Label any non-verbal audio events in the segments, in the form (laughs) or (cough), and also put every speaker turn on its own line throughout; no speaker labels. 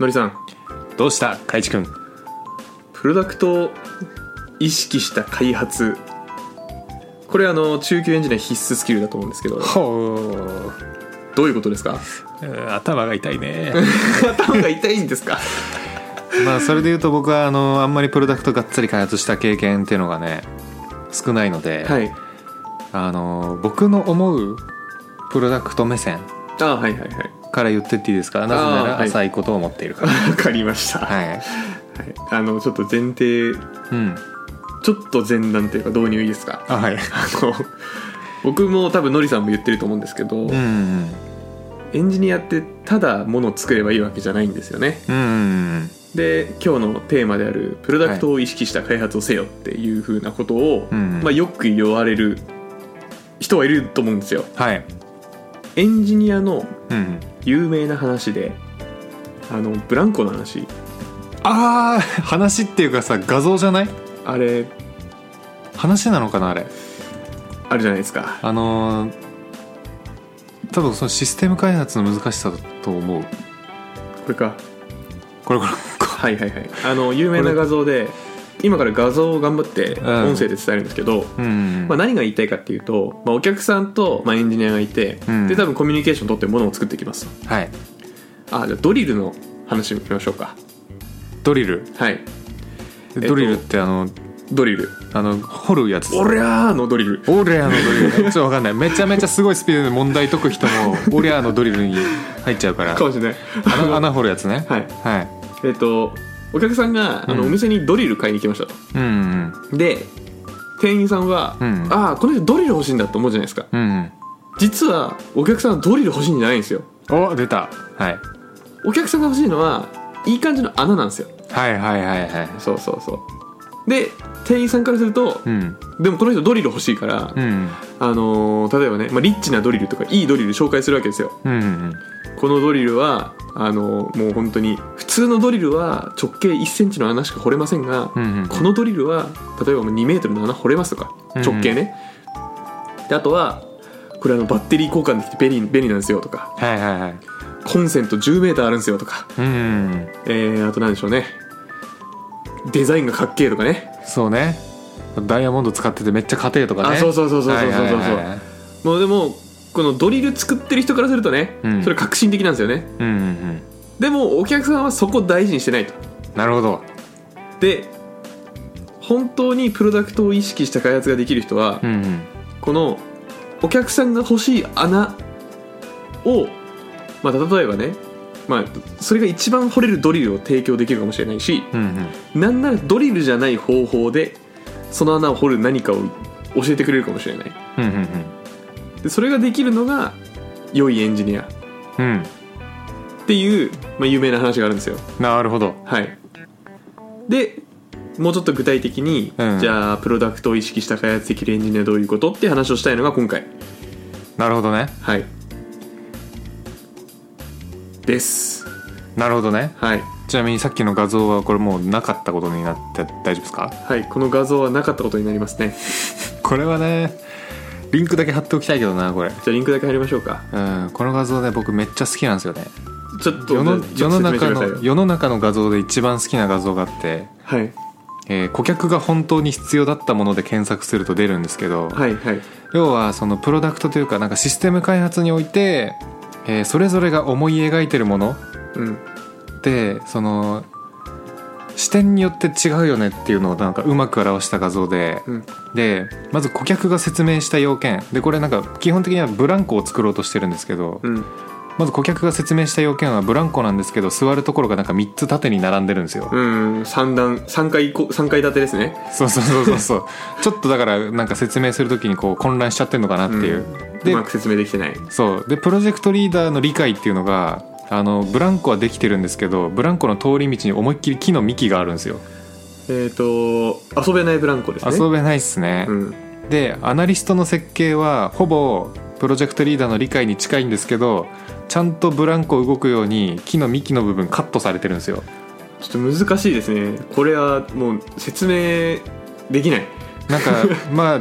のりさん
どうしたかいちくん
プロダクトを意識した開発これあの中級エンジニア必須スキルだと思うんですけど
ほ
どういうことですか
う頭が痛いね
(laughs) 頭が痛いんですか
(laughs) まあそれで言うと僕はあのあんまりプロダクトがっつり開発した経験っていうのがね少ないので、
はい
あの僕の思うプロダクト目線
あはいはいはい
から言ってっていいですかなぜな
あー
ら
はい
浅いことを思っているから
(laughs) わかりました、はい
はい、
あのちょっと前提
うん
ちょっと前段というか導入いいですか
あはい
あの僕も多分のりさんも言ってると思うんですけど、
うんうん
エンジニアってただものを作ればいいわけじゃないんですよね
うんうん
で今日のテーマであるプロダクトを意識した開発をせよっていうふうなことを、
うん
まあ、よく言われる人はいると思うんですよ
はい
エンジニアの
うん
有名な話であのブランコの話
ああ話っていうかさ画像じゃない
あれ
話なのかなあれ
あるじゃないですか
あのー多分そのシステム開発の難しさだと思う
これか
これこれ
はいはいはいあの有名な画像で今から画像を頑張って
ん
音声で伝えるんですけど、
うん
まあ、何が言いたいかっていうと、まあ、お客さんと、まあ、エンジニアがいて、
うん
で多分コミュニケーション取ってものを作っていきます
はい
あじゃあドリルの話をきましょうか
ドリル
はい
で
と
ドリルってあの、
ドリル
あの掘るやつ
「おりゃー!」のドリル
オレアのドリルねちょっと分かんないめちゃめちゃすごいスピードで問題解く (laughs) 人もオレアのドリルに入っちゃうから
かもしれない
穴穴掘るやつね
はい
はい
えっ、とお客さんがあの、
うん
お店にドリル買いに来ましたと
うん
で店員さんは「
うん
ああこの人ドリル欲しいんだ」と思うじゃないですか
うんうん
実はお客さんはドリル欲しいんじゃないんですよ
うんお出た、はい、
お客さんが欲しいのはいい感じの穴なんですよ
はいはいはいはい
そうそうそうで店員さんからすると、
うん
でもこの人ドリル欲しいから、
うん
あのー例えばね、まあ、リッチなドリルとかいいドリル紹介するわけですよ
うんうん
このドリルはあのーもう本当に普通のドリルは直径1センチの穴しか掘れませんが、
うんうん
このドリルは例えばもう2メートルの穴掘れますとか
うん
直径ね、であとはこれあのバッテリー交換できて便利便利なんですよとか
はいはいはい
コンセント10メーターあるんですよとか、
うんうん
えー、あと何でしょうねデザインがかっけえとかね
そうねダイヤモンド使っててめっちゃ硬いとか
あ
ね
そうそうそうそうそうそうそう
はいはいはいはい
もうでもこのドリル作ってる人からするとね、
うん
それ革新的なんですよね
うんうん
でもお客さんはそこ大事にしてないと
うんなるほど
で本当にプロダクトを意識した開発ができる人は、
うんうん
このお客さんが欲しい穴を、まあ、例えばね、まあ、それが一番掘れるドリルを提供できるかもしれないし
うんうん
なんならドリルじゃない方法でその穴を掘る何かを教えてくれるかもしれない
うんうん
でそれができるのが良いエンジニア
うんう
っ
ん
ていう、まあ、有名な話があるんですよ
なるほど
はいでもうちょっと具体的に、
うん
じゃあプロダクトを意識した開発できるエンジニアはどういうことって話をしたいのが今回
なるほどね
はいです
なるほどね
はい、
ちなみにさっきの画像はこれもうなかったことになって大丈夫ですか
はい、この画像はなかったことになりますね
これはねリンクだけ貼っておきたいけどなこれ
じゃあリンクだけ貼りましょうか
うんこの画像ね僕めっちゃ好きなんですよね
ちょっと
世の
じゃ
世
あ
の
ちょっと説明してく
中
ださい
の
よ
世の中の画像で一番好きな画像があって、
はい
えー顧客が本当に必要だったもので検索すると出るんですけど、
はいはい
要はそのプロダクトというかなんかシステム開発において、えーそれぞれが思い描いてるもの
うん
でその視点によって違うよねっていうのをなんかうまく表した画像で、
うん
でまず顧客が説明した要件でこれなんか基本的にはブランコを作ろうとしてるんですけど、
うん
まず顧客が説明した要件はブランコなんですけど座るところがなんか3つ縦に並んでるんですよ、
うん3段三階こ三階建てですね
そうそうそうそ
(laughs)
うそうちょっとだからなんか説明する時にこう混乱しちゃってんのかなっていう、
う
で
まく説明できてない
そうでプロジェクトリーダーの理解っていうのがあのブランコはできてるんですけどブランコの通り道に思いっきり木の幹があるんですよ
えっ、と遊べないブランコですね
遊べないっすね、
うん
でアナリストの設計はほぼプロジェクトリーダーの理解に近いんですけどちゃんとブランコ動くように木の幹の部分カットされてるんですよ
ちょっと難しいですねこれはもう説明できない
なん
(laughs)
かまあ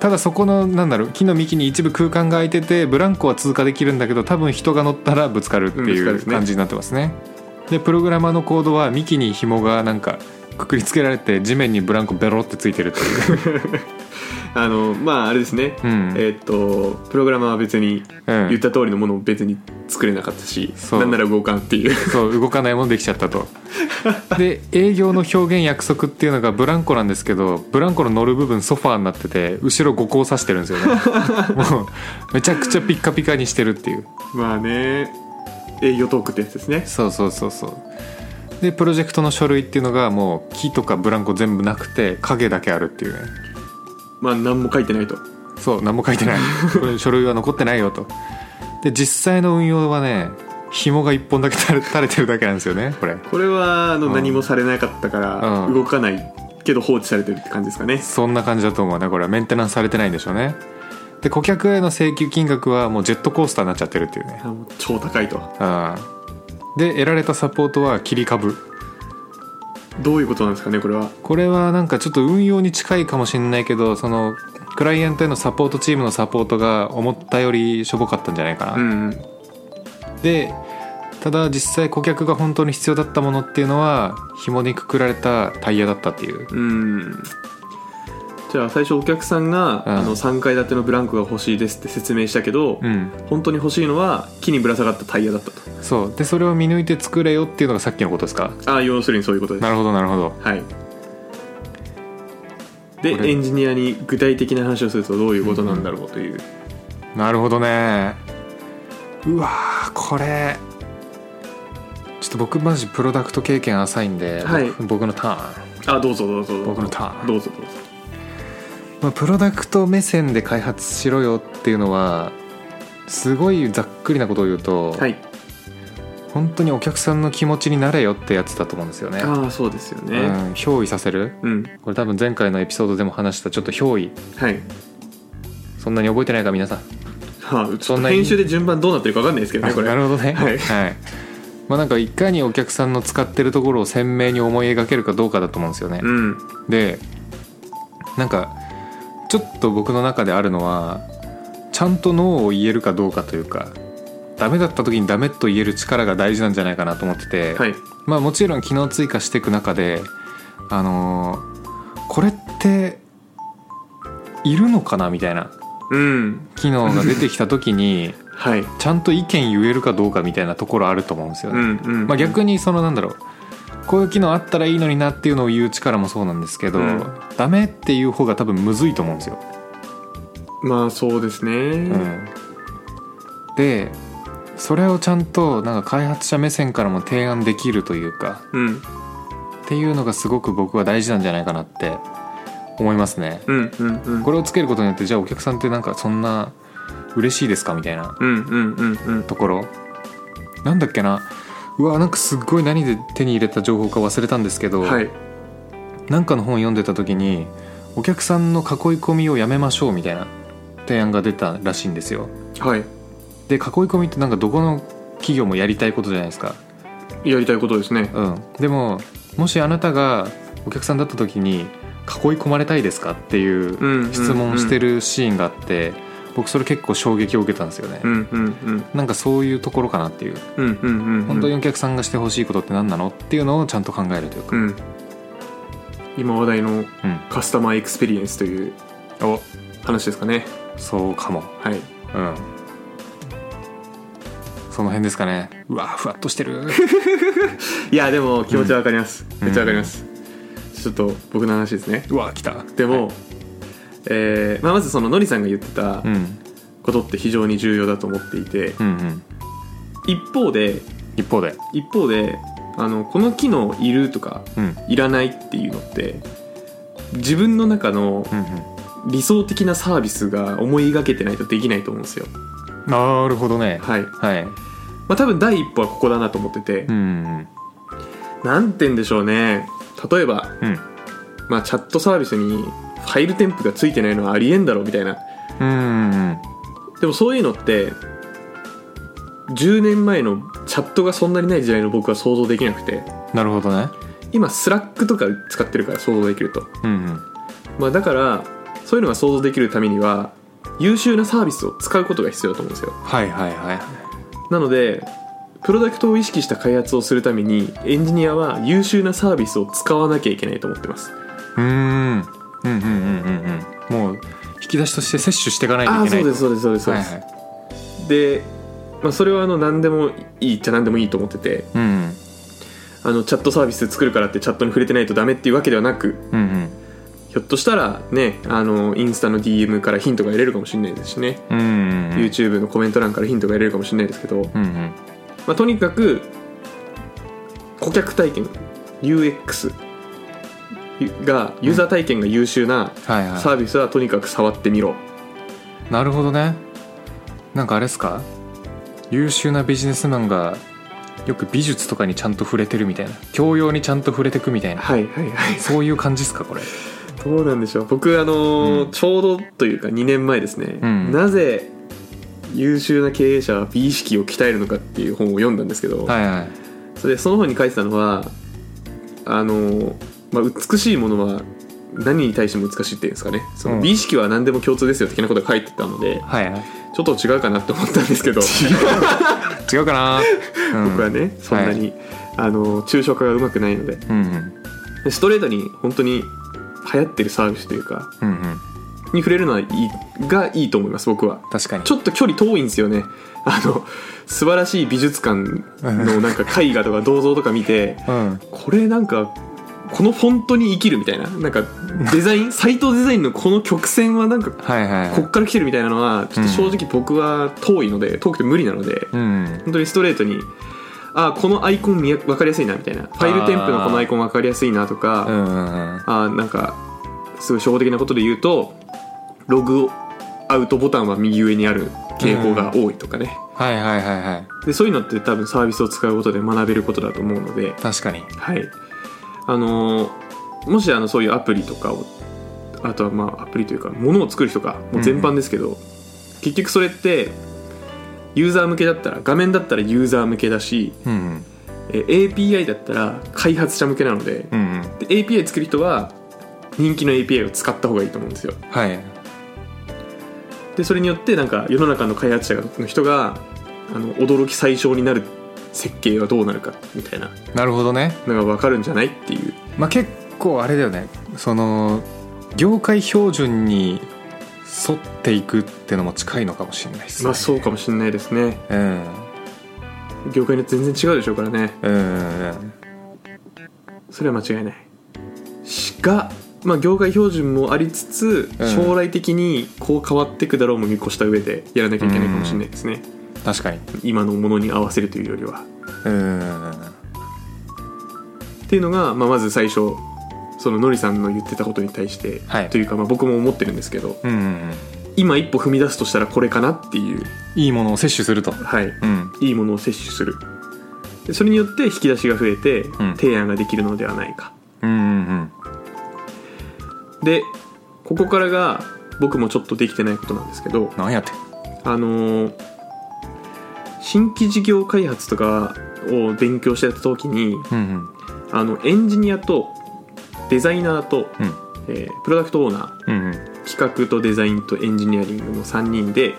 ただそこのなんだろう木の幹に一部空間が空いててブランコは通過できるんだけど多分人が乗ったらぶつかるって
うんぶつかる
い
で
う
すね
感じになってますね,、でプログラマーのコードは幹に紐がなんかくくりつけられて地面にブランコベロってついてるっ
(laughs)
ていう、
あのまああれですね、
うん
えーっとプログラマーは別に
うん
言った通りのものを別に作れなかったし、
そう
なんなら動かんって
(laughs)
いう
そう動かないものできちゃった
(laughs)
とで営業の表現約束っていうのがブランコなんですけどブランコの乗る部分ソファーになってて後ろ五個を刺してるん
(laughs)
ですよねもうめちゃくちゃピッカピカにしてるっていう
まあね営業トークってやつですね
そうそうそうそうでプロジェクトの書類っていうのがもう木とかブランコ全部なくて影だけあるっていうね
まあ何も書いてないと
そう何も書いてないこれ書類は残ってないよとで実際の運用はね紐が1本だけ垂れ垂れてるだけなんですよねこれ
これはあの
うん
何もされなかったから
うん
動かないけど放置されてるって感じですかね
そんな感じだと思うねこれはメンテナンスされてないんでしょうねで顧客への請求金額はもうジェットコースターになっちゃってるっていうね
あもう超高いと
うんで得られたサポートは切り株
どういうことなんですかねこれは
これはなんかちょっと運用に近いかもしれないけどそのクライアントへのサポートチームのサポートが思ったよりしょぼかったんじゃないかな、
うんうん
でただ実際顧客が本当に必要だったものっていうのは紐にくくられたタイヤだったっていう
うんじゃあ最初お客さんが、
うん
あの3階建てのブランコが欲しいですって説明したけど、
うん
本当に欲しいのは木にぶら下がったタイヤだったと
そうでそれを見抜いて作れよっていうのがさっきのことですか
ああ要するにそういうことです
なるほどなるほど
はいで
これ
エンジニアに具体的な話をするとどういうことなんだろうという、
なるほどねうわーこれちょっと僕マジプロダクト経験浅いんで、
はい
僕僕のターン
あどうぞどうぞどうぞ
僕のターン
どうぞどうぞ
まあ、プロダクト目線で開発しろよっていうのはすごいざっくりなことを言うと、
はい
本当にお客さんの気持ちになれよってやつだと思うんですよね。
ああそうですよね
うん、憑依させる
うん、
これ多分前回のエピソードでも話したちょっと憑依
はい
そんなに覚えてないか皆さん
はあ、ちょ
そ
っと
んなに
編集で順番どうなってるか分かんないですけどねこれ
なるほどね
はい
まあなんかいかにお客さんの使ってるところを鮮明に思い描けるかどうかだと思うんですよね、
うん
でなんかちょっと僕の中であるのはちゃんとノーを言えるかどうかというかダメだった時にダメと言える力が大事なんじゃないかなと思ってて、
はい
まあもちろん機能追加していく中であのーこれっているのかなみたいな
うん
機能が出てきた時に
はい
ちゃんと意見言えるかどうかみたいなところあると思うんですよ
う
ね。
んうん
まあ、逆にそのなんだろうこういう機能あったらいいのになっていうのを言う力もそうなんですけど、
うん
ダメっていう方が多分むずいと思うんですよ。
まあそうですね、
うんでそれをちゃんとなんか開発者目線からも提案できるというか
うん
っていうのがすごく僕は大事なんじゃないかなって思いますね。
うんうんうん
これをつけることによってじゃあお客さんってなんかそんな嬉しいですかみたいな
うんうんうんうん
ところなんだっけなうわなんかすっごい何で手に入れた情報か忘れたんですけど、
はい
なんかの本読んでた時にお客さんの囲い込みをやめましょうみたいな提案が出たらしいんですよ
はい
で囲い込みってなんかどこの企業もやりたいことじゃないですか
やりたいことですね
うんでももしあなたがお客さんだった時に囲い込まれたいですかっていう
うん
質問をしてるシーンがあって、僕それ結構衝撃を受けたんですよね、
うんうんうん
なんかそういうところかなっていう
うんうんうんうん
本当にお客さんがしてほしいことって何なのっていうのをちゃんと考えるというか、
うん今話題の
うん
カスタマーエクスペリエンスという
お
話ですかね
そうかも
はい
うんその辺ですかねうわふわっとして (laughs) る
いやでも気持ちはわかります、
ん
めっちゃわかります、ちょっと僕の話ですね
うわ来た
でも、えーまあ、まずそののりさんが言ってた
うん
ことって非常に重要だと思っていて、
うんうん
一方で
一方で
一方であのこの機能いるとか
うん
いらないっていうのって自分の中の
うん
理想的なサービスが思いがけてないとできないと思うんですよ
うんなるほどね
はい、
はい
まあ、多分第一歩はここだなと思ってて
うん
何点でしょうね例えば、
うん
まあ、チャットサービスにファイル添付がついてないのはありえんだろうみたいな
うんうん
でもそういうのって10年前のチャットがそんなにない時代の僕は想像できなくて
なるほどね
今スラックとか使ってるから想像できると、
うんうん
まあ、だからそういうのが想像できるためには優秀なサービスを使うことが必要だと思うんですよ
はいはいはい
なのでプロダクトを意識した開発をするためにエンジニアは優秀なサービスを使わなきゃいけないと思ってます
うーんうんうんうんうんうんもう引き出しとして摂取していかないといけ
あ
な
あ
い
そうですそうですそうですそう
は
で
い
す、
はい
で、まあ、それはあの何でもいいっちゃ何でもいいと思ってて
うん
あのチャットサービス作るからってチャットに触れてないとダメっていうわけではなく
うんうん
ひょっとしたらねあのインスタの DM からヒントが得れるかもしれないですしね、
うんうんうん
YouTube のコメント欄からヒントが得れるかもしれないですけど、
うんうん
まあ、とにかく顧客体験 UX がユーザー体験が優秀な
はいはい
サービスはとにかく触ってみろ、
なるほどねなんかあれですか優秀なビジネスマンがよく美術とかにちゃんと触れてるみたいな教養にちゃんと触れてくみたいな
はいはいはい
そういう感じですかこれ
どうなんでしょう僕あのー
うん
ちょうどというか2年前ですね、
うん
なぜ優秀な経営者は美意識を鍛えるのかっていう本を読んだんですけど、
はいはい
それでその本に書いてたのはあのー、まあ、美しいものは何に対しても美しいっていうんですかねそうの
ん
美意識は何でも共通ですよ的なことが書いてたので、
はいはい
ちょっと違うかなって思ったんですけど
違うかな、うん、
僕はねそんなに、あのー抽象化がうまくないので
うんうん
でストレートに本当に流行ってるサービスというか
うんうん
に触れるのはいいがいいと思います僕は
確かに
ちょっと距離遠いんですよねあの素晴らしい美術館のなんか絵画とか銅像とか見て
うん
これなんかこのフォントに生きるみたいななんかデザ (laughs) インサイトデザインのこの曲線はなんか
はいはいは
こっ
い
から来てるみたいなのはちょっと正直僕は遠いので遠くて無理なので
うん
本当にストレートにあこのアイコン見や分かりやすいなみたいなファイル添付のこのアイコン分かりやすいなとか
うんうんうん
あーなんかすごい初歩的なことで言うとログアウトボタンは右上にある傾向が多いとかね、
はいはいはいはい
でそういうのって多分サービスを使うことで学べることだと思うので、
確かに
はいあのーもしあのそういうアプリとかをあとはまあアプリというかものを作る人かもう全般ですけど、結局それってユーザー向けだったら画面だったらユーザー向けだし
うんうん
えー API だったら開発者向けなので
うんうん
で API 作る人は人気の API を使った方がいいと思うんですよ
はい
でそれによってなんか世の中の開発者の人があの驚き最小になる設計はどうなるかみたいな
なるほどね
のが分かるんじゃないっていう
まあ、結構あれだよねその業界標準に沿っていくってのも近いのかもしれないですね
まあそうかもしれないですね
うん
業界によって全然違うでしょうからね
うんうん
それは間違いないしが、まあ、業界標準もありつつ、
うん
将来的にこう変わっていくだろうも見越した上でやらなきゃいけないかもしれないですね、
確かに
今のものに合わせるというよりは
うん
っていうのが、まあ、まず最初そののりさんの言ってたことに対して、
はい
というか、まあ、僕も思ってるんですけど
うんうん
今一歩踏み出すとしたらこれかなっていう、
いいものを摂取すると
はい、
うん
いいものを摂取するでそれによって引き出しが増えて
ん
提案ができるのではないか、
うんうんうん
でここからが僕もちょっとできてないことなんですけど
なんやって
あのー新規事業開発とかを勉強してた時に
うんうん
あのエンジニアとデザイナーと、
うん
えープロダクトオーナー
うんうん
企画とデザインとエンジニアリングの3人で
うん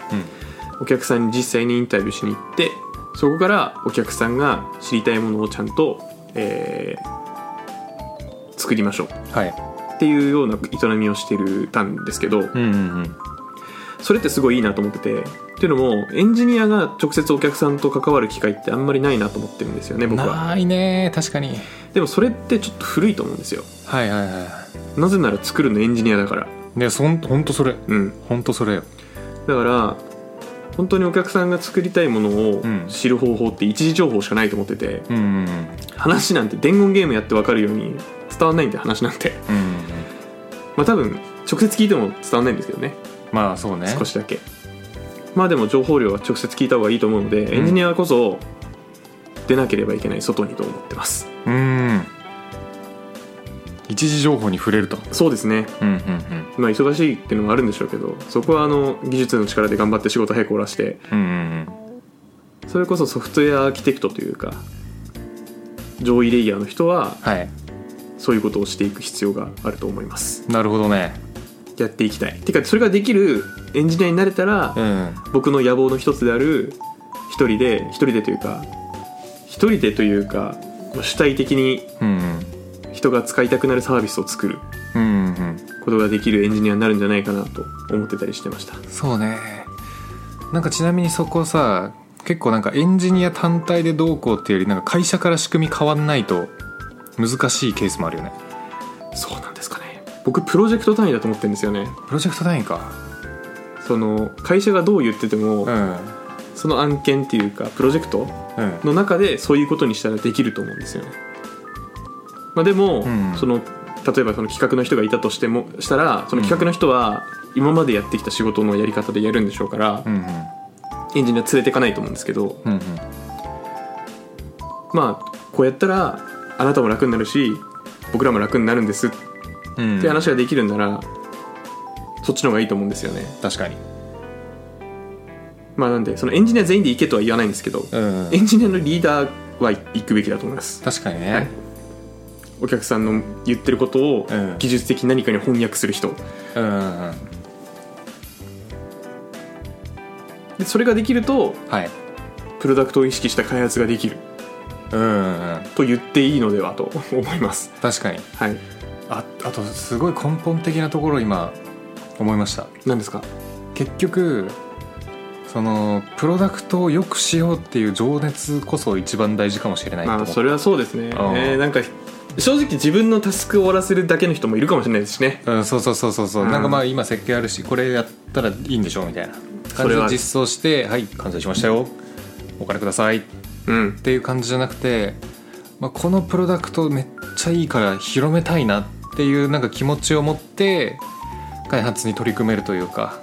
お客さんに実際にインタビューしに行ってそこからお客さんが知りたいものをちゃんと、えー作りましょう
はい
っていうような営みをしてるたんですけど
うんうんうん
それってすごいいいなと思っててっていうのもエンジニアが直接お客さんと関わる機会ってあんまりないなと思ってるんですよね僕は
ないね確かに
でもそれってちょっと古いと思うんですよ
はいはいはい
なぜなら作るのエンジニアだから
ねそんほんとそれ
うん
ほんとそれよ
だから本当にお客さんが作りたいものを
うん
知る方法って一時情報しかないと思ってて、
うんうんうん
話なんて伝言ゲームやって分かるように伝わんないんで話なんて
うんうんうん
まあ多分直接聞いても伝わんないんですけどね
まあそうね
少しだけまあでも情報量は直接聞いた方がいいと思うので、エンジニアこそ出なければいけない外にと思ってます
うん一時情報に触れると
そうですね
うんうんうん
まあ忙しいっていうのもあるんでしょうけどそこはあの技術の力で頑張って仕事早く終わらして
うんうん
それこそソフトウェアアーキテクトというか上位レイヤーの人は
はい
そういうことをしていく必要があると思います
なるほどね
やっていきたいてかそれができるエンジニアになれたら
うん
僕の野望の一つである一人で一人でというか一人でというかまあ主体的に
うん
人が使いたくなるサービスを作る
うんうんうん
ことができるエンジニアになるんじゃないかなと思ってたりしてました
そうねなんかちなみにそこさ結構なんかエンジニア単体でどうこうっていうよりなんか会社から仕組み変わんないと難しいケースもあるよね
そうなんですかね僕プロジェクト単位だと思ってるんですよね
プロジェクト単位か
その会社がどう言ってても、
うん
その案件っていうかプロジェクト
うん
の中でそういうことにしたらできると思うんですよね、まあ、でも、
うん
その例えばその企画の人がいたとしてもしたらその企画の人は今までやってきた仕事のやり方でやるんでしょうから、
うん
エンジニア連れてかないと思うんですけど
うんうん
まあこうやったらあなたも楽になるし僕らも楽になるんですっ
うん
て話ができるんなら、そっちの方がいいと思うんですよね
確かに
まあなんでそのエンジニア全員で行けとは言わないんですけど、
うん
エンジニアのリーダーは行くべきだと思います
確かにね、
はいお客さんの言ってることを
うん
技術的何かに翻訳する人、
うんうんうん
でそれができると
はい
プロダクトを意識した開発ができる
うんうんうん
と言っていいので (laughs) はと思います
確かに
はい
ああとすごい根本的なところ今思いました
何ですか
結局そのプロダクトを良くしようっていう情熱こそ一番大事かもしれないと
ま
思
あ
う
それはそうですね、えーなんか正直自分のタスクを終わらせるだけの人もいるかもしれないですしね
うん、そうそうそうそうそう、
うん
なんかまあ今設計あるしこれやったらいいんでしょうみたいな
そ
感
れ
じで
は
実装してはい完成しましたよお金くださいっ
うん
ていう感じじゃなくて、まあ、このプロダクトめっちゃいいから広めたいなっていうなんか気持ちを持って開発に取り組めるというか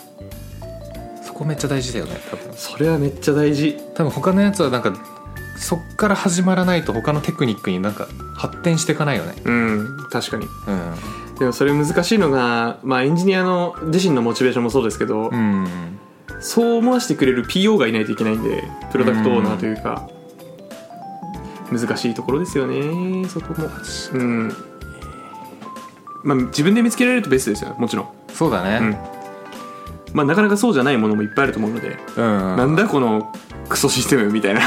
そこめっちゃ大事だよね多分
それはめっちゃ大事
多分他のやつはなんかそっから始まらないと他のテクニックになんか発展していかないよね
うん確かに
うん
でもそれ難しいのが、まあ、エンジニアの自身のモチベーションもそうですけど、
うん
そう思わせてくれる PO がいないといけないんでプロダクトオーナーというか難しいところですよねそこもうんまあ自分で見つけられるとベストですよもちろん、
そうだ
うん
ね、
まあ、なかなかそうじゃないものもいっぱいあると思うので、
うん、
なんだこのクソシステムみたい
(laughs)
な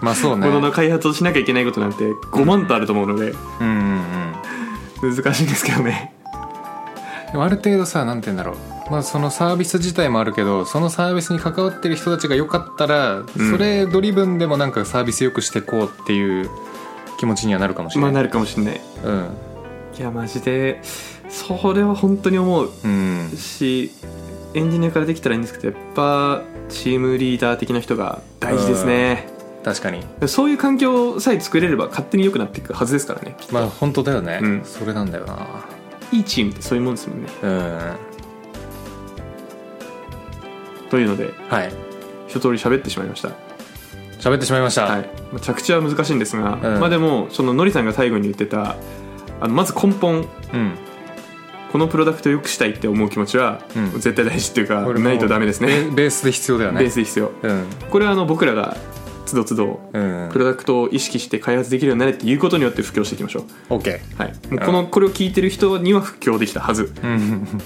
まあそう
も
ね
のの開発をしなきゃいけないことなんて5万とあると思うので
うんうんうん
難しいんですけどね
でもある程度さなんて言うんだろう、まあ、そのサービス自体もあるけどそのサービスに関わってる人たちが良かったら、
ん
それドリブンでもなんかサービス良くしていこうっていう気持ちにはなるかもしれ
まあ
ない、
なるかもしんない
うん
いやマジでそれは本当に思う
うん
しエンジニアからできたらいいんですけどやっぱチームリーダー的な人が大事ですね
確かに
そういう環境さえ作れれば勝手に良くなっていくはずですからね
まあ本当だよね、
うん
それなんだよない
いチームってそういうもんですもんね
うん
というので
はい
一通り喋ってしまいました、
喋ってしまいました、
はいまあ着地は難しいんですが、
ん
まあでもそのノリさんが最後に言ってたあのまず根本
うん
このプロダクトを良くしたいって思う気持ちは、
うん
絶対大事っていうか
これもう
ないとダメですね
ベベースで必要だよね
ベースで必要
うん
これはあの僕らがつどつど
うん
プロダクトを意識して開発できるようになれっていうことによって布教していきましょう
OK
はい、もうこのこれを聞いてる人には布教できたはず、
うん (laughs)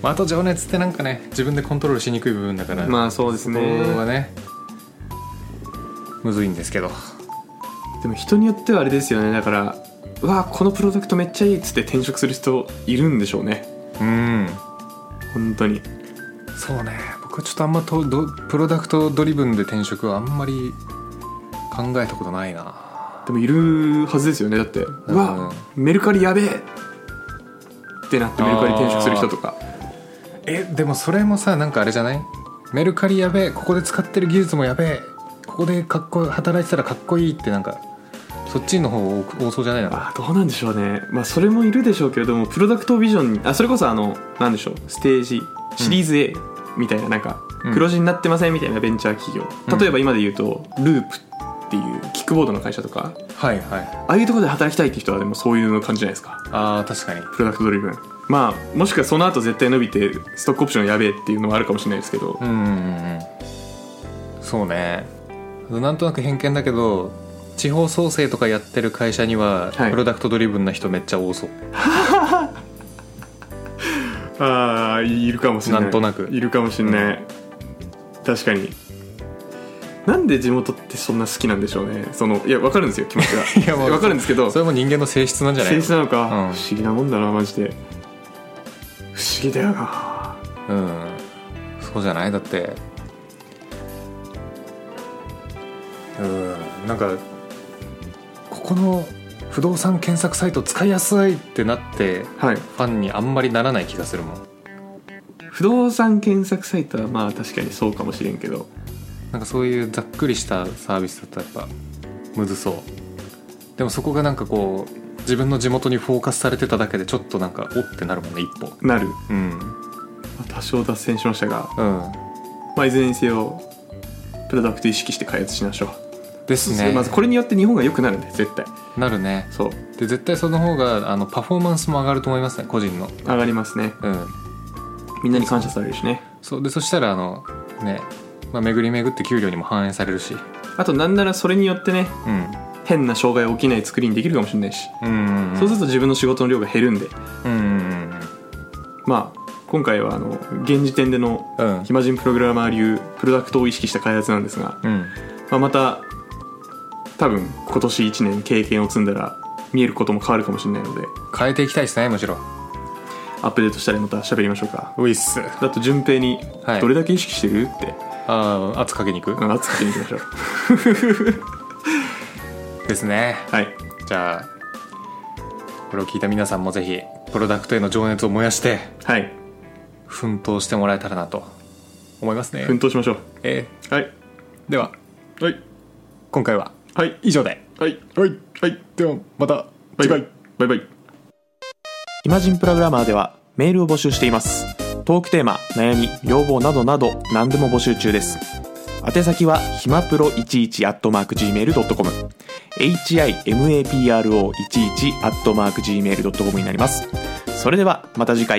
まああと情熱ってなんかね自分でコントロールしにくい部分だから
まあそうです
そこ
ね
はねむずいんですけど
でも人によってはあれですよねだからうわこのプロダクトめっちゃいいっつって転職する人いるんでしょうね
うん
本当に
そうね僕はちょっとあんまとどプロダクトドリブンで転職はあんまり考えたことないな
でもいるはずですよねだってうわメルカリやべえってなってメルカリ転職する人とか
えでもそれもさなんかあれじゃないメルカリやべえここで使ってる技術もやべえここでかっこいい働いてたらかっこいいってなんかそっちの方多多そうじゃないの
あーどうなんでしょうねまあそれもいるでしょうけれどもプロダクトビジョンにあそれこそあのなんでしょうステージシリーズ A みたいななんか
うん
黒字になってませんみたいなベンチャー企業、
うん
例えば今で言うとループっていうキックボードの会社とか
はいはい
ああいうところで働きたいって人はでもそういうの感じじゃないですか
あー確かに
プロダクトドリブンまあもしくはその後絶対伸びてストックオプションやべえっていうのはあるかもしれないですけど、
うんうんうんそうねなんとなく偏見だけど地方創生とかやってる会社には、
はい
プロダクトドリブンな人めっちゃ多そう
ああいるかもしれない
なんとなく
いるかもしれない、確かになんで地元ってそんな好きなんでしょうねそのいや分かるんですよ気持ちが
(laughs) いやまあ
分かるんですけど
それも人間の性質なんじゃない
性
の
質なのか、
うん
不思議なもんだなマジで不思議だよな
うんそうじゃないだってうんなんかここの不動産検索サイト使いやすいってなって
はい
ファンにあんまりならない気がするもん
不動産検索サイトはまあ確かにそうかもしれんけど
なんかそういうざっくりしたサービスだとやっぱむずそうでもそこがなんかこう自分の地元にフォーカスされてただけでちょっとなんかおってなるもんね一歩
なる
うん
まあ多少脱線しましたが、
うん
まあ、いずれにせよプロダクト意識して開発しましょう
ですね
まずこれによって日本が良くなるんで絶対
なるね
そう
で絶対その方があのパフォーマンスも上がると思いますね個人の
上がりますね
うん
みんなに感謝されるしね
そうでそしたらあのね、まあ、巡り巡って給料にも反映されるし
あとなんならそれによってね
うん
変な障害起きない作りにできるかもしれないし、
うん
そうすると自分の仕事の量が減るんで
うんうん
まあ今回はあの現時点での
うん
暇人プログラマー流プロダクトを意識した開発なんですが、
うん
まあ、また多分今年1年経験を積んだら見えることも変わるかもしれないので
変えていきたいですねむしろ
アップデートしたりまた喋りましょうか
ウィス
だと順平に
は
「
い
どれだけ意識してる?」って
ああ圧かけに行く、
うん熱くてみてみましょう
ですね
はい
じゃあこれを聞いた皆さんもぜひプロダクトへの情熱を燃やして
はい
奮闘してもらえたらなと思いますね、
奮闘しましょう
え
はい
ーでは
はい
今回は
はい
以上で
はい
はい
はい
ではまた
バイバイバイバイイマジンプログラマーではメールを募集していますトークテーマ悩み要望などなど何でも募集中です宛先はひまプロ11 at mark gmail.com himapro11 at mark gmail.com になりますそれではまた次回